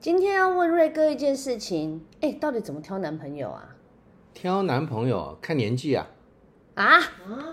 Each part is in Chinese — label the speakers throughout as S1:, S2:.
S1: 今天要问瑞哥一件事情，哎，到底怎么挑男朋友啊？
S2: 挑男朋友看年纪啊，
S1: 啊？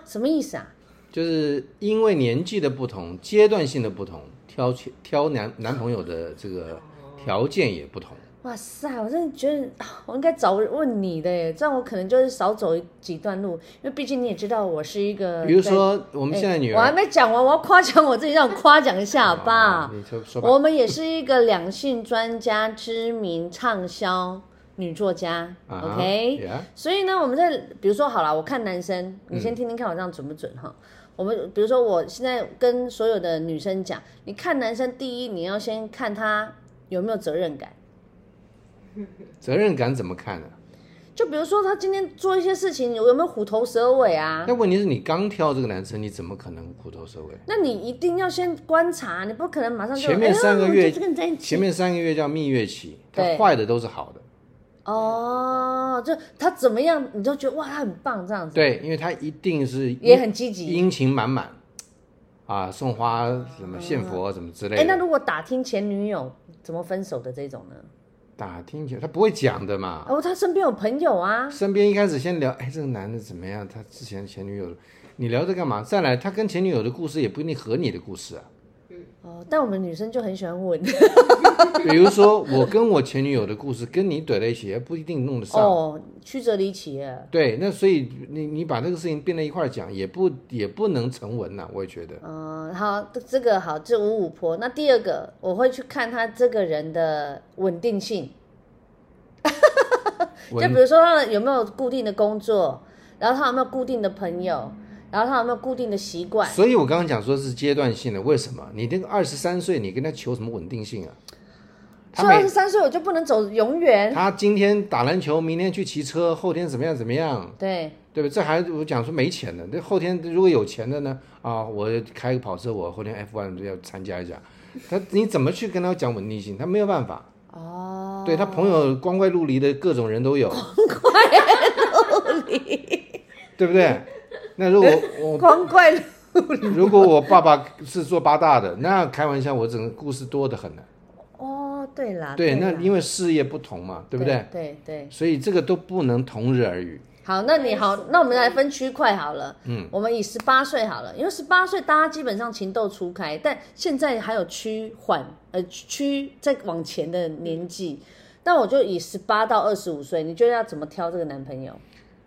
S1: 什么意思啊？
S2: 就是因为年纪的不同、阶段性的不同，挑起挑男男朋友的这个条件也不同。
S1: 哇塞，我真的觉得啊我应该早问你的耶，这样我可能就是少走几段路，因为毕竟你也知道我是一个在，
S2: 比如说，我们现在女
S1: 我还
S2: 儿，
S1: 没讲完，我要夸奖我自己，让哎我夸奖一下好不好
S2: 哦你说说吧
S1: 我们也是一个两性专家、知名畅销女作家、
S2: 啊
S1: o k
S2: yeah
S1: 所以呢，我们在比如说好了，我看男生，你先听听看我这样准不准哈、我们比如说，我现在跟所有的女生讲，你看男生，第一你要先看他有没有责任感。
S2: 责任感怎么看呢、
S1: 就比如说他今天做一些事情，有有没有虎头蛇尾啊？
S2: 但问题是你刚挑这个男生，你怎么可能虎头蛇尾？
S1: 那你一定要先观察，你不可能马上就
S2: 前面三个
S1: 哎
S2: 月
S1: 呀我就跟你在一起
S2: 前面三个月叫蜜月期，他
S1: 对嗯
S2: 坏的都是好的，
S1: 哦，就他怎么样，你就觉得哇，他很棒这样子，
S2: 对，因为他一定是
S1: 也很积极。
S2: 殷勤满满啊，送花什么献佛啊什么之类
S1: 哎，
S2: 的。
S1: 那如果打听前女友怎么分手的这种呢？
S2: 打听起来他不会讲的嘛，
S1: 哦，他身边有朋友啊，
S2: 身边一开始先聊，哎，这个男的怎么样？他之前前女友，你聊这干嘛？再来，他跟前女友的故事也不一定合你的故事啊。
S1: 哦，但我们女生就很喜欢问，
S2: 比如说，我跟我前女友的故事跟你怼在一起，也不一定弄得上。
S1: 哦，曲折离奇耶。
S2: 对，那所以你你把这个事情并在一块儿讲，也不也不能成文呐、我也觉得。
S1: 嗯，好，这个好，这五五婆。那第二个，我会去看他这个人的稳定性，就
S2: 文
S1: 比如说他有没有固定的工作，然后他有没有固定的朋友，然后他有没有固定的习惯。
S2: 所以我刚刚讲说是阶段性的，为什么？你那个二十三岁，你跟他求什么稳定性啊？他
S1: 所以二
S2: 每
S1: 十三岁我就不能走永远。
S2: 他今天打篮球，明天去骑车，后天怎么样怎么样？
S1: 对，
S2: 对吧？这还我讲说没钱的，那后天如果有钱的呢？啊，我开个跑车，我后天 F1 要参加一下。他你怎么去跟他讲稳定性？他没有办法。 哦。对他朋友光怪陆离的各种人都有。光怪陆离。对不对？那如果 我
S1: 光怪陆
S2: 如果我爸爸是做八大的，那开玩笑，我整个故事多得很呢。
S1: 哦，对啦，
S2: 啊对，那
S1: 啦
S2: 因为事业不同嘛，对不对？？
S1: 对对，
S2: 所以这个都不能同日而语。
S1: 好，那你好，那我们来分区块好了。嗯，我们以十八岁好了，因为十八岁大家基本上情窦初开，但现在还有趋缓呃趋再往前的年纪。那我就以十八到二十五岁，你觉得要怎么挑这个男朋友？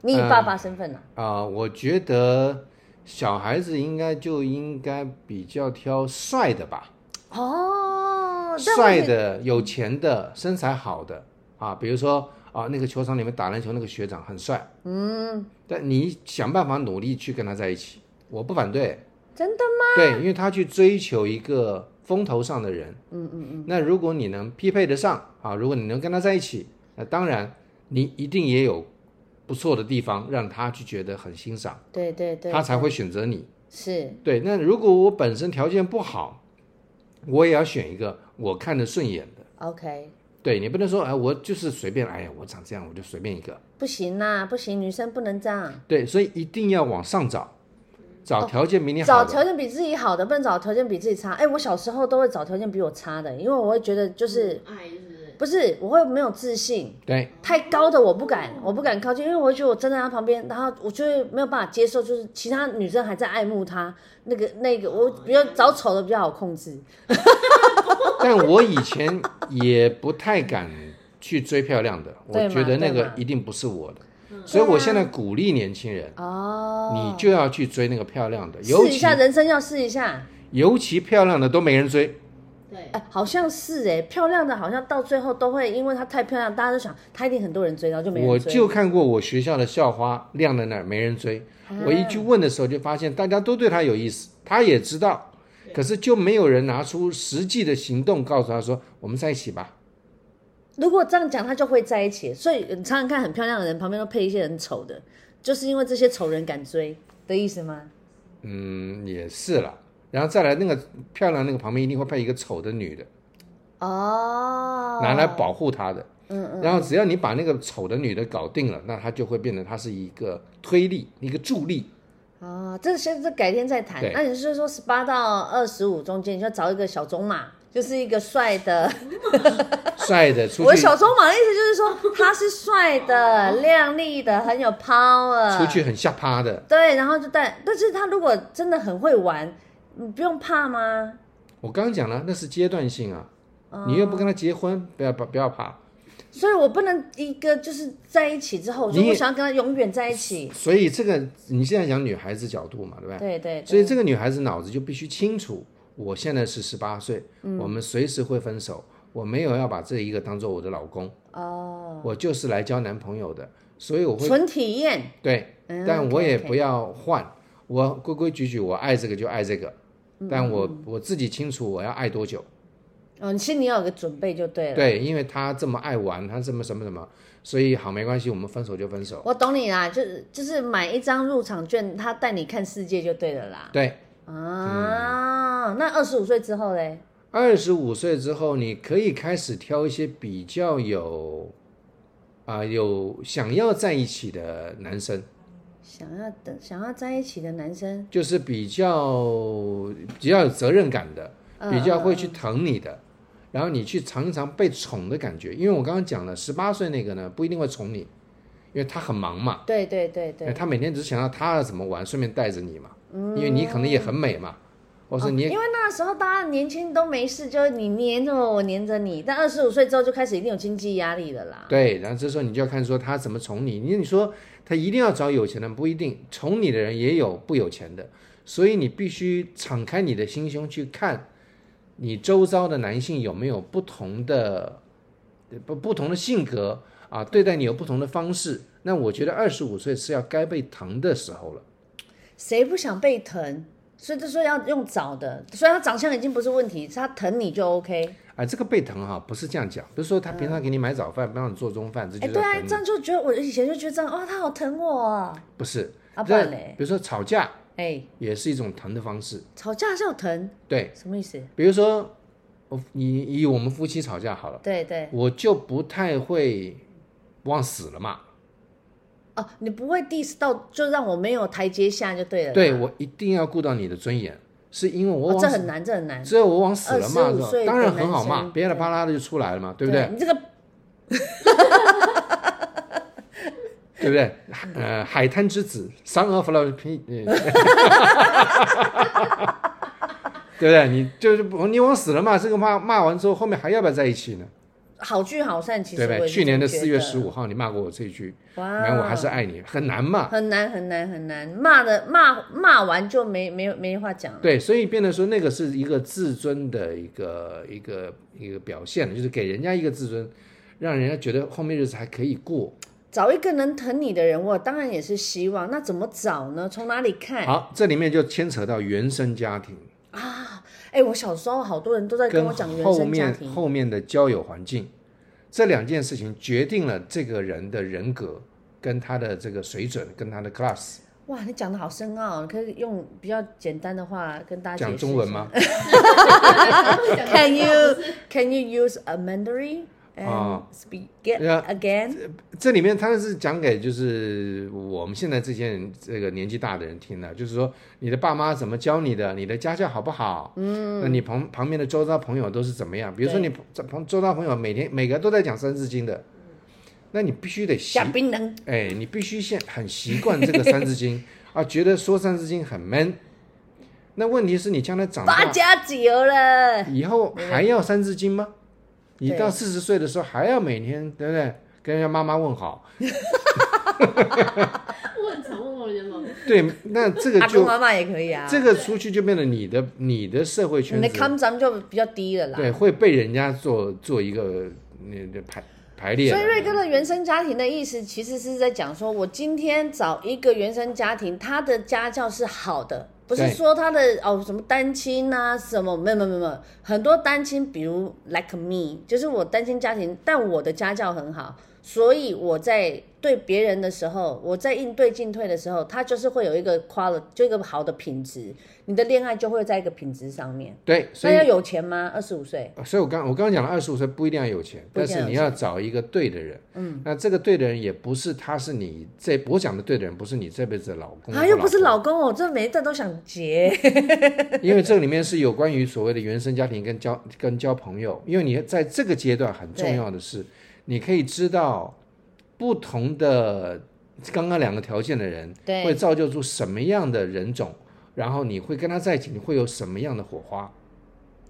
S1: 你以爸爸身份啊？
S2: 啊、我觉得小孩子应该就应该比较挑帅的吧，
S1: 哦，但
S2: 呃帅的、有钱的、身材好的啊，比如说啊，那个球场里面打篮球那个学长很帅，嗯，但你想办法努力去跟他在一起，我不反对，
S1: 真的
S2: 对，因为他去追求一个风头上的人，嗯嗯嗯，那如果你能匹配得上啊，如果你能跟他在一起，那当然你一定也有不错的地方让他去觉得很欣赏，
S1: 吗？对对对
S2: 他，才会选择你。
S1: 是
S2: 对，那如果我本身条件不好，我也要选一个我看得顺眼的。
S1: OK。
S2: 对你不能说，哎，我就是随便，哎呀，我长这样，我就随便一个。
S1: 不行啦，不行，女生不能这样。
S2: 对，所以一定要往上找，找条件比你好
S1: 哦找
S2: 的。
S1: 条件比自己好的，不能找条件比自己差。哎、我小时候都会找条件比我差的，因为我会觉得就是
S3: 爱就是
S1: 不是我会没有自信，
S2: 对，
S1: 太高的我不敢，我不敢靠近，因为我会觉得我站在他旁边，然后我就会没有办法接受，就是其他女生还在爱慕他，那个那个我比较找丑的比较好控制。
S2: 但我以前也不太敢去追漂亮的，
S1: 对
S2: 我
S1: 嘛
S2: 觉得那
S1: 对
S2: 个
S1: 嘛嗯啊
S2: 一定不是我的。所以我现在鼓励年轻人，
S1: 哦，
S2: 你就要去追那个漂亮的，尤
S1: 试一
S2: 其
S1: 下，人生要试一下。
S2: 尤其漂亮的都没人追。
S3: 对
S1: 哎、好像是哎、漂亮的好像到最后都会，因为她太漂亮，大家都想她一定很多人追，然后就没
S2: 我
S1: 人追。
S2: 就看过我学校的校花晾在那儿没人追，
S1: 啊
S2: 我一去问的时候就发现大家都对她有意思，她也知道，可是就没有人拿出实际的行动告诉她说我们在一起吧。
S1: 如果这样讲，他就会在一起。所以你常常看很漂亮的人旁边都配一些很丑的，就是因为这些丑人敢追的意思吗？
S2: 嗯，也是了。然后再来那个漂亮那个旁边一定会配一个丑的女的，
S1: 哦，
S2: 拿来保护她的。嗯嗯。然后只要你把那个丑的女的搞定了，那她就会变成她是一个推力，一个助力。
S1: 哦，这些这改天再谈
S2: 对。
S1: 那你是说十八到二十五中间，你就要找一个小种马、 就是一个帅的。
S2: 帅的出
S1: 我
S2: 去
S1: 小筹码的意思就是说，他是帅的、靓丽的、很有 power，
S2: 出去很下趴的，
S1: 对，然后就带。但是他如果真的很会玩，你不用怕吗？
S2: 我刚刚讲了，那是阶段性啊，
S1: 哦
S2: 你又不跟他结婚，不要怕不要怕，
S1: 所以我不能一个就是在一起之后，我说
S2: 你也
S1: 我想要跟他永远在一起。
S2: 所以这个你现在讲女孩子角度嘛，对吧？
S1: 对对
S2: 所以
S1: 对，
S2: 这个女孩子脑子就必须清楚，我现在是十八岁，
S1: 嗯
S2: 我们随时会分手，我没有要把这一个当做我的老公，哦，我就是来交男朋友的，所以我会
S1: 纯体验。
S2: 对，
S1: 嗯
S2: 但我
S1: OK，
S2: 也
S1: OK
S2: 不要换，我规规矩矩，我爱这个就爱这个，
S1: 嗯
S2: 但我我自己清楚我要爱多久。
S1: 哦，你心里要有个准备就对了。
S2: 对，因为他这么爱玩，他这么什么什么，所以好没关系，我们分手就分手。
S1: 我懂你啦，就是就是买一张入场券，他带你看世界就对了啦。
S2: 对，
S1: 啊，那二十五岁之后嘞？
S2: 二十五岁之后，你可以开始挑一些比较有啊、有想要在一起的男生，
S1: 想要等想要在一起的男生，
S2: 就是比较比较有责任感的，
S1: 嗯
S2: 比较会去疼你的。然后你去尝一尝被宠的感觉，因为我刚刚讲了，十八岁那个呢不一定会宠你，因为他很忙嘛，
S1: 对对对
S2: 哎
S1: 对，嗯
S2: 他每天只想到他怎么玩，顺便带着你嘛，因为你可能也很美嘛，或是你也
S1: 哦因为那时候大家年轻都没事，就是你黏着我，我黏着你。但二十五岁之后就开始一定有经济压力了啦。
S2: 对，然后这时候你就要看说他怎么宠你。你你说他一定要找有钱人，不一定宠你的人也有不有钱的，所以你必须敞开你的心胸去看你周遭的男性有没有不同的不不同的性格啊，对待你有不同的方式。那我觉得二十五岁是要该被疼的时候了。
S1: 谁不想被疼？所以就说要用找的，虽然他长相已经不是问题，他疼你就 OK。
S2: 啊，这个被疼哈、不是这样讲，不是说他平常给你买早饭，不让你做中饭，这就
S1: 哎，
S2: 是
S1: 对
S2: 要
S1: 啊，
S2: 疼你
S1: 这样就觉得我以前就觉得这样，哇，他好疼我啊。
S2: 不是。
S1: 啊不
S2: 这
S1: 然嘞
S2: 比如说吵架
S1: 哎，
S2: 也是一种疼的方式，
S1: 吵架是要疼，
S2: 对，
S1: 什么意思？
S2: 比如说，我你以我们夫妻吵架好了，
S1: 对对，
S2: 我就不太会往死了骂，
S1: 哦，你不会 diss 到，就让我没有台阶下就对了啦。啊
S2: 对我一定要顾到你的尊严，是因为我
S1: 哦，
S2: 往
S1: 这
S2: 死，
S1: 很难，这很难。
S2: 只有我往死了骂
S1: 25
S2: 的时
S1: 岁的
S2: 候，当然很好
S1: 男
S2: 骂，
S1: 生
S2: 别的啪啦的就出来了嘛，对不对？
S1: 你这个
S2: 对不对？呃，海滩之子，Son of 呃 l o v 对不对？你就是不你往死了骂，这个骂骂完之后，后面还要不要在一起呢？
S1: 好聚好散，其实
S2: 对不
S1: 我
S2: 对？
S1: 也是
S2: 去年的
S1: 这么
S2: 四
S1: 觉
S2: 月
S1: 得啊
S2: 十，五号，你骂过我这一句，
S1: 哇，
S2: 然后我还是啊爱你，很难骂。
S1: 很难很难很难，骂的骂骂完就没没有没话讲了。
S2: 对，所以变得说那个是一个自尊的一个一个一个表现，就是给人家一个自尊，让人家觉得后面日子还可以过。
S1: 找一个能疼你的人，我当然也是希望。那怎么找呢？从哪里看？
S2: 好，这里面就牵扯到原生家庭
S1: 哎，我小时候好多人都在跟我讲原
S2: 后
S1: 生家
S2: 面
S1: 庭，
S2: 后面的交友环境，这两件事情决定了这个人的人格跟他的这个水准跟他的 class。
S1: 哇，你讲的好深奥，可以用比较简单的话跟大家解
S2: 讲
S1: 释
S2: 中文吗？
S1: ？Can you can you use a Mandarin and
S2: 啊
S1: speak
S2: 对啊
S1: again？
S2: 这里面他是讲给就是我们现在这些人这个年纪大的人听的，就是说你的爸妈怎么教你的，你的家教好不好？嗯，那你旁旁边的周遭朋友都是怎么样？比如说
S1: 对嗯
S2: 你旁旁周遭朋友每天每个都在讲《三字经》的，那你必须得习
S1: 小，槟榔
S2: 哎，你必须先很习惯这个《三字经》 啊，觉得说《三字经》很闷。那问题是你将来长
S1: 八
S2: 大
S1: 加九了，
S2: 以后还要《三字经》吗？你
S1: 对
S2: 到四十岁的时候还要每天对不对跟人家妈妈问好？
S3: 我很常问我的老公，
S2: 对，那这个
S1: 阿公
S2: 就
S1: 阿妈也可以啊。
S2: 这个出去就变成你的你的社会圈
S1: 你的
S2: 子，
S1: 看咱就比较低了啦。
S2: 对，会被人家做做一个那个排排列的。
S1: 所以瑞哥的原生家庭的意思，其实是在讲说，我今天找一个原生家庭，他的家教是好的，不是
S2: 对
S1: 说他的哦什么单亲啊什么，没有没有没有没有，很多单亲，比如 like me，就是我单亲家庭，但我的家教很好，所以我在对别人的时候，我在应对进退的时候，它就是会有一个 quality，就一个好的品质，你的恋爱就会在一个品质上面。
S2: 对，所
S1: 那
S2: 以
S1: 要有钱吗？二十五岁，
S2: 所以我刚我刚刚讲了，二十五岁不一定要有钱，
S1: 不一
S2: 但
S1: 定
S2: 是
S1: 要有
S2: 你要找一个对的人。嗯，那这个对的人也不是他是你这我讲的对的人，不是你这辈子的老公，
S1: 啊，又不是
S2: 老
S1: 老公，我这每一段都想结。
S2: 婆，因为这里面是有关于所谓的原生家庭跟交跟交朋友，因为你在这个阶段很重要的是，你可以知道不同的刚刚两个条件的人
S1: 对
S2: 会造就出什么样的人种，然后你会跟他在一起，你会有什么样的火花。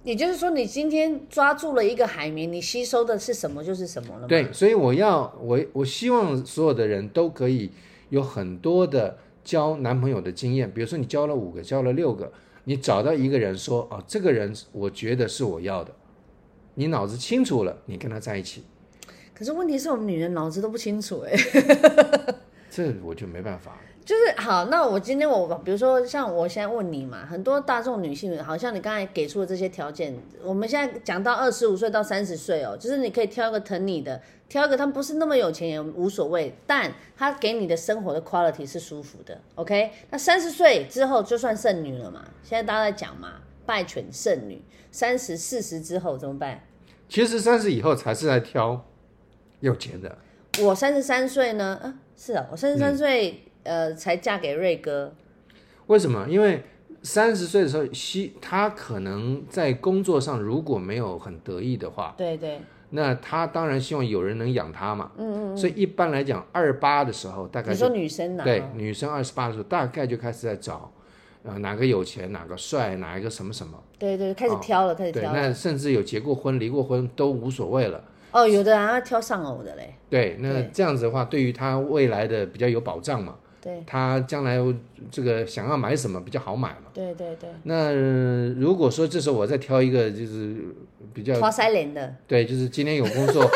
S1: 也就是说，你今天抓住了一个海绵，你吸收的是什么就是什么了嘛。
S2: 对，所以我要我我希望所有的人都可以有很多的交男朋友的经验，比如说你交了五个，交了六个，你找到一个人说哦，这个人我觉得是我要的，你脑子清楚了，你跟他在一起，
S1: 可是问题是我们女人脑子都不清楚哎、
S2: 这我就没办法。
S1: 就是好，那我今天我比如说像我现在问你嘛，很多大众女性，好像你刚才给出的这些条件，我们现在讲到二十五岁到三十岁哦，就是你可以挑一个疼你的，挑一个他不是那么有钱也无所谓，但他给你的生活的 quality 是舒服的，OK？那三十岁之后就算剩女了嘛，现在大家在讲嘛，败犬剩女，三十四十之后怎么办？
S2: 其实三十以后才是在挑有钱的，
S1: 我三十三岁呢，啊，是啊，我三十三岁呃才嫁给瑞哥，
S2: 为什么？因为三十岁的时候，西他可能在工作上如果没有很得意的话，
S1: 对对，
S2: 那他当然希望有人能养他嘛。嗯嗯所以一般来讲，二八的时候大概
S1: 你说
S2: 就
S1: 女啊生哦呢？
S2: 对女生二十八的时候，大概就开始在找，呃，哪个有钱，哪个帅，哪一个什么什么。
S1: 对对，开始挑了，开始
S2: 哦对，
S1: 挑了。
S2: 那甚至有结过婚、离过婚都无所谓了。
S1: 哦，有的还要挑丧偶的嘞。
S2: 对，那
S1: 对
S2: 这样子的话，对于他未来的比较有保障嘛，
S1: 对
S2: 他将来这个想要买什么比较好买嘛。
S1: 对对对，
S2: 那呃如果说这时候我再挑一个就是比较
S1: 花腮脸的，
S2: 对，就是今天有工 作，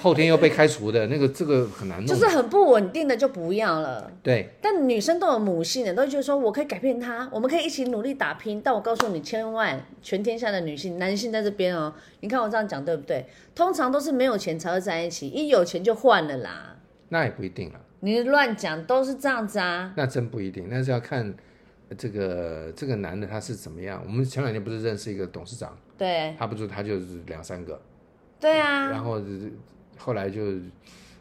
S2: 后天又被开除的那个，这个很难弄。
S1: 就是很不稳定的就不要了。
S2: 对，
S1: 但女生都有母性的，都觉得说我可以改变他，我们可以一起努力打拼。但我告诉你，千万全天下的女性、男性在这边哦，你看我这样讲对不对？通常都是没有钱才会在一起，一有钱就换了啦。
S2: 那也不一定了，
S1: 你乱讲都是这样子啊。
S2: 那真不一定，那是要看这个这个男的他是怎么样。我们前两天不是认识一个董事长，
S1: 对
S2: 他不是他就是两三个，
S1: 对啊，
S2: 然后就是后来就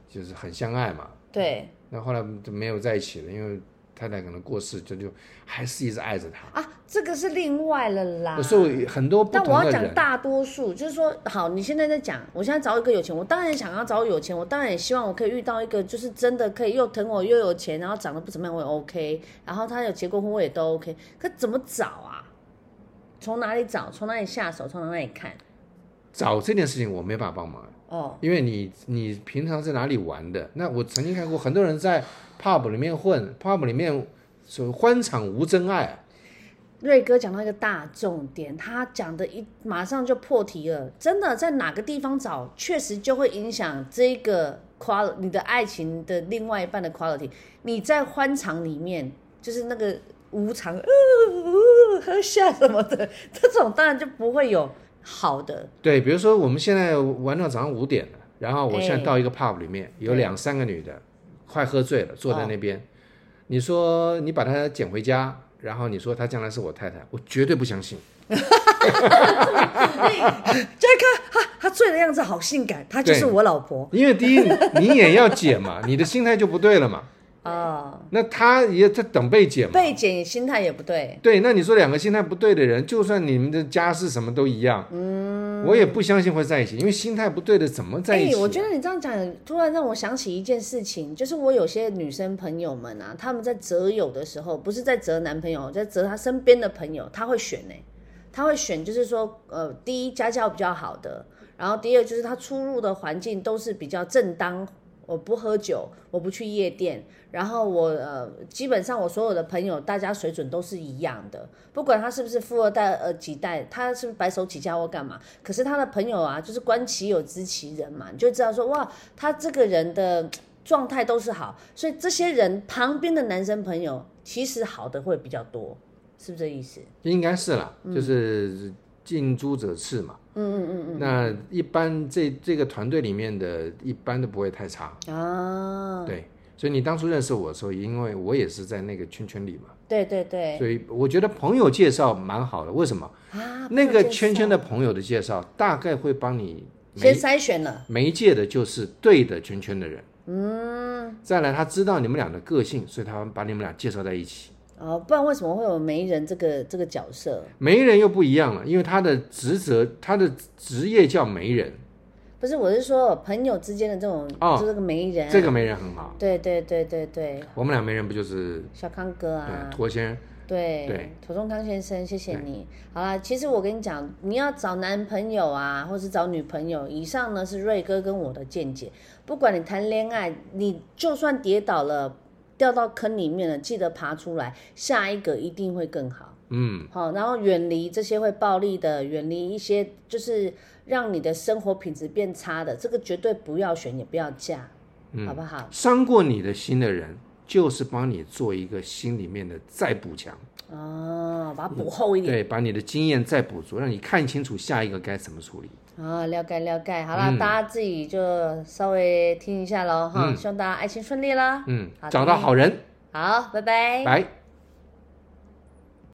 S2: 就是很相爱嘛，
S1: 对
S2: 那后来就没有在一起了，因为太太可能过世，就就还是一直爱着他。
S1: 啊，这个是另外了啦。
S2: 所以很多不
S1: 啊但我
S2: 同
S1: 要
S2: 的
S1: 讲
S2: 人，
S1: 大多数，就是说，好，你现在在讲，我现在找一个有钱，我当然想要找有钱，我当然也希望我可以遇到一个就是真的可以又疼我又有钱，然后长得不怎么样我也 OK，然后他有结过婚我也都 OK，可怎么找啊？从哪里找？从哪里下手？从哪里看？
S2: 找这件事情我没办法帮忙，
S1: 哦，
S2: 因为你你平常在哪里玩的？那我曾经看过很多人在 pub 里面混，pub 里面所谓欢场无真爱啊。
S1: 瑞哥讲到一个大重点，他讲的一马上就破题了，真的在哪个地方找，确实就会影响这个 qual 你的爱情的另外一半的 quality。你在欢场里面，就是那个无常，呃呃喝下什么的，这种当然就不会有好的。
S2: 对，比如说我们现在玩到早上五点了，然后我现在
S1: 哎
S2: 到一个 pub 里面，有
S1: 对
S2: 两三个女的，快喝醉了，坐在
S1: 哦
S2: 那边。你说你把她捡回家，然后你说她将来是我太太，我绝对不相信。
S1: 就会看他他醉的样子好性感，他就是
S2: 对
S1: 我老婆
S2: 因为第一，你也要解嘛，你的心态就不对了嘛。
S1: 啊、
S2: 那她也在等被解嘛。
S1: 被检也心态也不对。
S2: 对，那你说两个心态不对的人，就算你们的家是什么都一样，嗯，我也不相信会在一起，因为心态不对的怎么在一起啊、
S1: 哎我觉得你这样讲，突然让我想起一件事情，就是我有些女生朋友们啊，她们在择友的时候，不是在择男朋友，在择她身边的朋友，她会选呢、她会选，就是说，呃，第一家教比较好的，然后第二就是她出入的环境都是比较正当。我不喝酒，我不去夜店，然后我呃，基本上我所有的朋友，大家水准都是一样的，不管他是不是富二代呃几代，他是不是白手起家或干嘛，可是他的朋友啊，就是观其有知其人嘛，你就知道说哇，他这个人的状态都是好，所以这些人旁边的男生朋友其实好的会比较多，是不是这意思？
S2: 应该是啦，就是近朱者赤嘛。
S1: 嗯嗯
S2: 那一般这这个团队里面的，一般都不会太差。
S1: 嗯啊，
S2: 对，所以你当初认识我的时候，因为我也是在那个圈圈里嘛，
S1: 对对对
S2: 所以我觉得朋友介绍蛮好的。为什么？
S1: 啊，朋
S2: 那
S1: 友
S2: 个
S1: 介
S2: 圈圈
S1: 绍
S2: 的朋友的介绍，大概会帮你
S1: 先
S2: 媒
S1: 筛选了。
S2: 媒介的就是对的圈圈的人。嗯，再来他知道你们俩的个性，所以他把你们俩介绍在一起。
S1: 哦，不然为什么会有媒人这个这个角色？
S2: 媒人又不一样了，因为他的职责，他的职业叫媒人，
S1: 不是，我是说朋友之间的这种，
S2: 哦
S1: 就这个媒人，
S2: 这个媒人很好。
S1: 对对对对对，
S2: 我们俩媒人不就是
S1: 小康哥
S2: 呃
S1: 啊，
S2: 驼先生？
S1: 对
S2: 对，
S1: 涂仲康先生，谢谢你。好啦，其实我跟你讲，你要找男朋友啊，或是找女朋友，以上呢是瑞哥跟我的见解。不管你谈恋爱，你就算跌倒了，掉到坑里面了，记得爬出来，下一个一定会更好。
S2: 嗯，
S1: 好，然后远离这些会暴力的，远离一些就是让你的生活品质变差的，这个绝对不要选，也不要嫁，
S2: 嗯
S1: 好不好？
S2: 伤过你的心的人，就是帮你做一个心里面的再补强，
S1: 哦，
S2: 嗯
S1: 把它补厚一点、
S2: 对，把你的经验再补足，让你看清楚下一个该怎么处理。
S1: 啊，了解了解。好啦，大家自己就稍微听一下喽哈，希望大家爱情顺利啦。
S2: 嗯
S1: 好，的哎
S2: 找到好人，
S1: 好，拜拜。
S2: 来。